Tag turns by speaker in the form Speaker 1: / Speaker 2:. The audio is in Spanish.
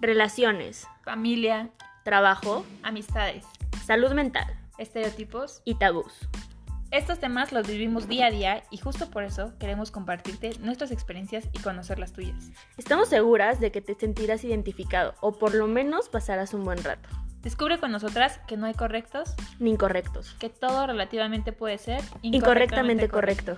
Speaker 1: relaciones,
Speaker 2: familia,
Speaker 1: trabajo,
Speaker 2: amistades,
Speaker 1: salud mental
Speaker 2: estereotipos.
Speaker 1: y tabús.
Speaker 2: Estos temas los vivimos día a día y justo por eso queremos compartirte nuestras experiencias y conocer las tuyas.
Speaker 1: Estamos seguras de que te sentirás identificado o por lo menos pasarás un buen rato,
Speaker 2: Descubre con nosotras que no hay correctos,
Speaker 1: ni incorrectos,
Speaker 2: que todo relativamente puede ser
Speaker 1: incorrectamente correcto.